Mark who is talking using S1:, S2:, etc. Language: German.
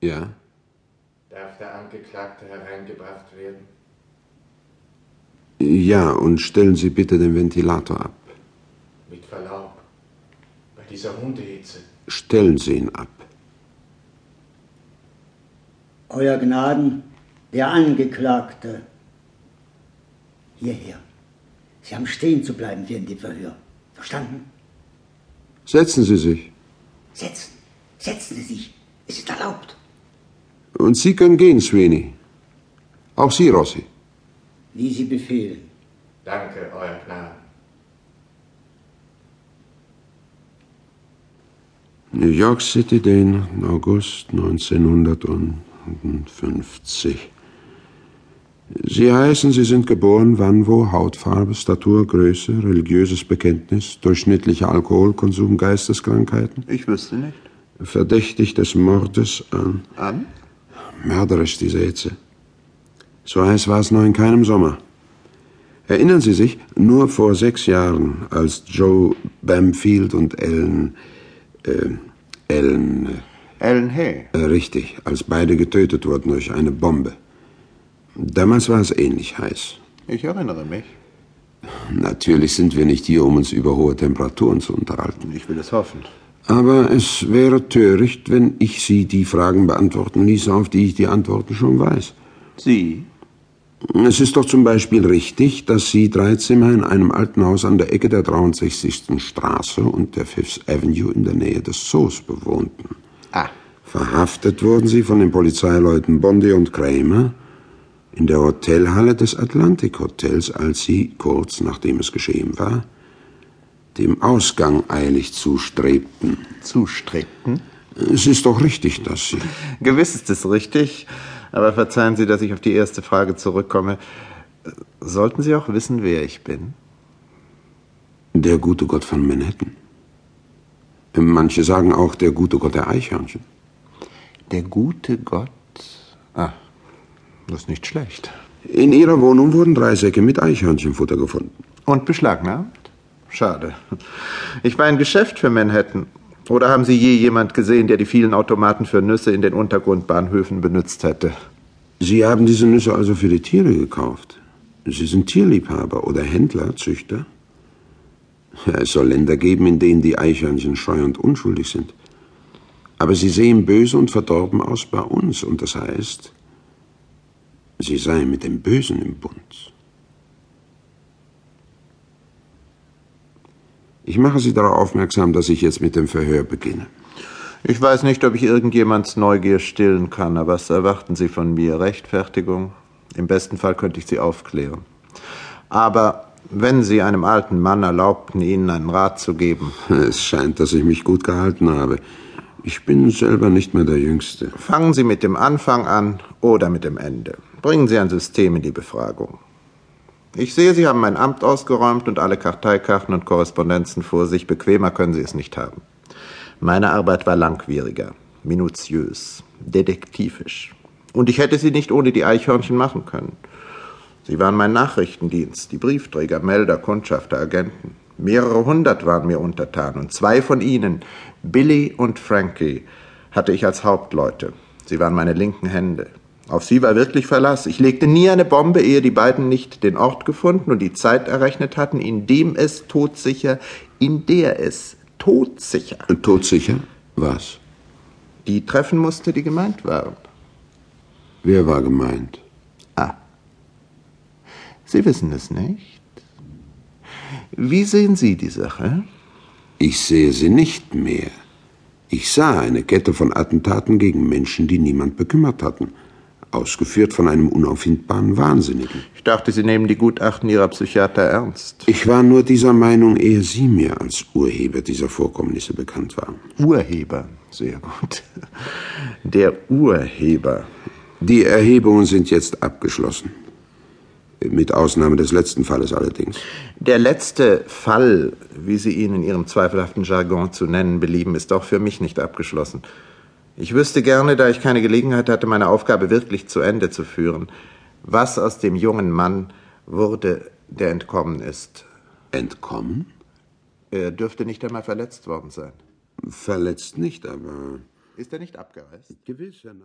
S1: Ja.
S2: Darf der Angeklagte hereingebracht werden?
S1: Ja, und stellen Sie bitte den Ventilator ab.
S2: Mit Verlaub. Bei dieser Hundehitze.
S1: Stellen Sie ihn ab.
S3: Euer Gnaden, der Angeklagte. Hierher. Sie haben stehen zu bleiben während dem Verhör. Verstanden?
S1: Setzen Sie sich.
S3: Setzen. Setzen Sie sich. Es ist erlaubt.
S1: Und Sie können gehen, Sweeney. Auch Sie, Rossi.
S3: Wie Sie befehlen.
S2: Danke, Euer Gnaden.
S1: New York City, den August 1950. Sie heißen, Sie sind geboren, wann, wo, Hautfarbe, Statur, Größe, religiöses Bekenntnis, durchschnittlicher Alkoholkonsum, Geisteskrankheiten,
S4: Ich wüsste nicht.
S1: verdächtig des Mordes an.
S4: An?
S1: Mörderisch, diese Hitze. So heiß war es noch in keinem Sommer. Erinnern Sie sich, nur vor sechs Jahren, als Joe Bamfield und Ellen, äh, Ellen,
S4: Ellen Hay.
S1: äh, richtig, als beide getötet wurden durch eine Bombe. Damals war es ähnlich heiß.
S4: Ich erinnere mich.
S1: Natürlich sind wir nicht hier, um uns über hohe Temperaturen zu unterhalten.
S4: Ich will es hoffen.
S1: Aber es wäre töricht, wenn ich Sie die Fragen beantworten ließe, auf die ich die Antworten schon weiß.
S4: Sie?
S1: Es ist doch zum Beispiel richtig, dass Sie drei Zimmer in einem alten Haus an der Ecke der 63. Straße und der Fifth Avenue in der Nähe des Zoos bewohnten.
S4: Ah.
S1: Verhaftet wurden Sie von den Polizeileuten Bondi und Kramer in der Hotelhalle des Atlantic Hotels, als Sie, kurz nachdem es geschehen war, dem Ausgang eilig zustrebten.
S4: Zustrebten?
S1: Es ist doch richtig, dass Sie.
S4: Gewiss ist es richtig, aber verzeihen Sie, dass ich auf die erste Frage zurückkomme. Sollten Sie auch wissen, wer ich bin?
S1: Der gute Gott von Manhattan. Manche sagen auch der gute Gott der Eichhörnchen.
S4: Der gute Gott. Ah, das ist nicht schlecht.
S1: In ihrer Wohnung wurden drei Säcke mit Eichhörnchenfutter gefunden.
S4: Und beschlagnahmt? Schade. Ich war ein Geschäft für Manhattan. Oder haben Sie je jemand gesehen, der die vielen Automaten für Nüsse in den Untergrundbahnhöfen benutzt hätte?
S1: Sie haben diese Nüsse also für die Tiere gekauft. Sie sind Tierliebhaber oder Händler, Züchter. Ja, Es soll Länder geben, in denen die Eichhörnchen scheu und unschuldig sind. Aber sie sehen böse und verdorben aus bei uns. Und das heißt, sie seien mit dem Bösen im Bund. Ich mache Sie darauf aufmerksam, dass ich jetzt mit dem Verhör beginne.
S4: Ich weiß nicht, ob ich irgendjemands Neugier stillen kann, aber was erwarten Sie von mir? Rechtfertigung? Im besten Fall könnte ich Sie aufklären. Aber wenn Sie einem alten Mann erlaubten, Ihnen einen Rat zu geben,
S1: Es scheint, dass ich mich gut gehalten habe. Ich bin selber nicht mehr der Jüngste.
S4: fangen Sie mit dem Anfang an oder mit dem Ende. Bringen Sie ein System in die Befragung. Ich sehe, Sie haben mein Amt ausgeräumt und alle Karteikarten und Korrespondenzen vor sich. Bequemer können Sie es nicht haben. Meine Arbeit war langwieriger, minutiös, detektivisch. Und ich hätte sie nicht ohne die Eichhörnchen machen können. Sie waren mein Nachrichtendienst, die Briefträger, Melder, Kundschafter, Agenten. Mehrere hundert waren mir untertan und zwei von ihnen, Billy und Frankie, hatte ich als Hauptleute. Sie waren meine linken Hände. Auf sie war wirklich Verlass. Ich legte nie eine Bombe, ehe die beiden nicht den Ort gefunden und die Zeit errechnet hatten, in dem es todsicher, in der es todsicher
S1: Todsicher? Was?
S4: die treffen musste, die gemeint waren.
S1: Wer war gemeint?
S4: Ah. Sie wissen es nicht. Wie sehen Sie die Sache?
S1: Ich sehe sie nicht mehr. Ich sah eine Kette von Attentaten gegen Menschen, die niemand bekümmert hatten. Ausgeführt von einem unauffindbaren Wahnsinnigen.
S4: Ich dachte, Sie nehmen die Gutachten Ihrer Psychiater ernst.
S1: Ich war nur dieser Meinung, ehe Sie mir als Urheber dieser Vorkommnisse bekannt waren.
S4: Urheber. Sehr gut. Der Urheber.
S1: Die Erhebungen sind jetzt abgeschlossen. Mit Ausnahme des letzten Falles allerdings.
S4: Der letzte Fall, wie Sie ihn in Ihrem zweifelhaften Jargon zu nennen belieben, ist auch für mich nicht abgeschlossen. Ich wüsste gerne, da ich keine Gelegenheit hatte, meine Aufgabe wirklich zu Ende zu führen, was aus dem jungen Mann wurde, der entkommen ist.
S1: Entkommen?
S4: Er dürfte nicht einmal verletzt worden sein.
S1: Verletzt nicht, aber
S4: Ist er nicht abgereist?
S1: gewiss, Herr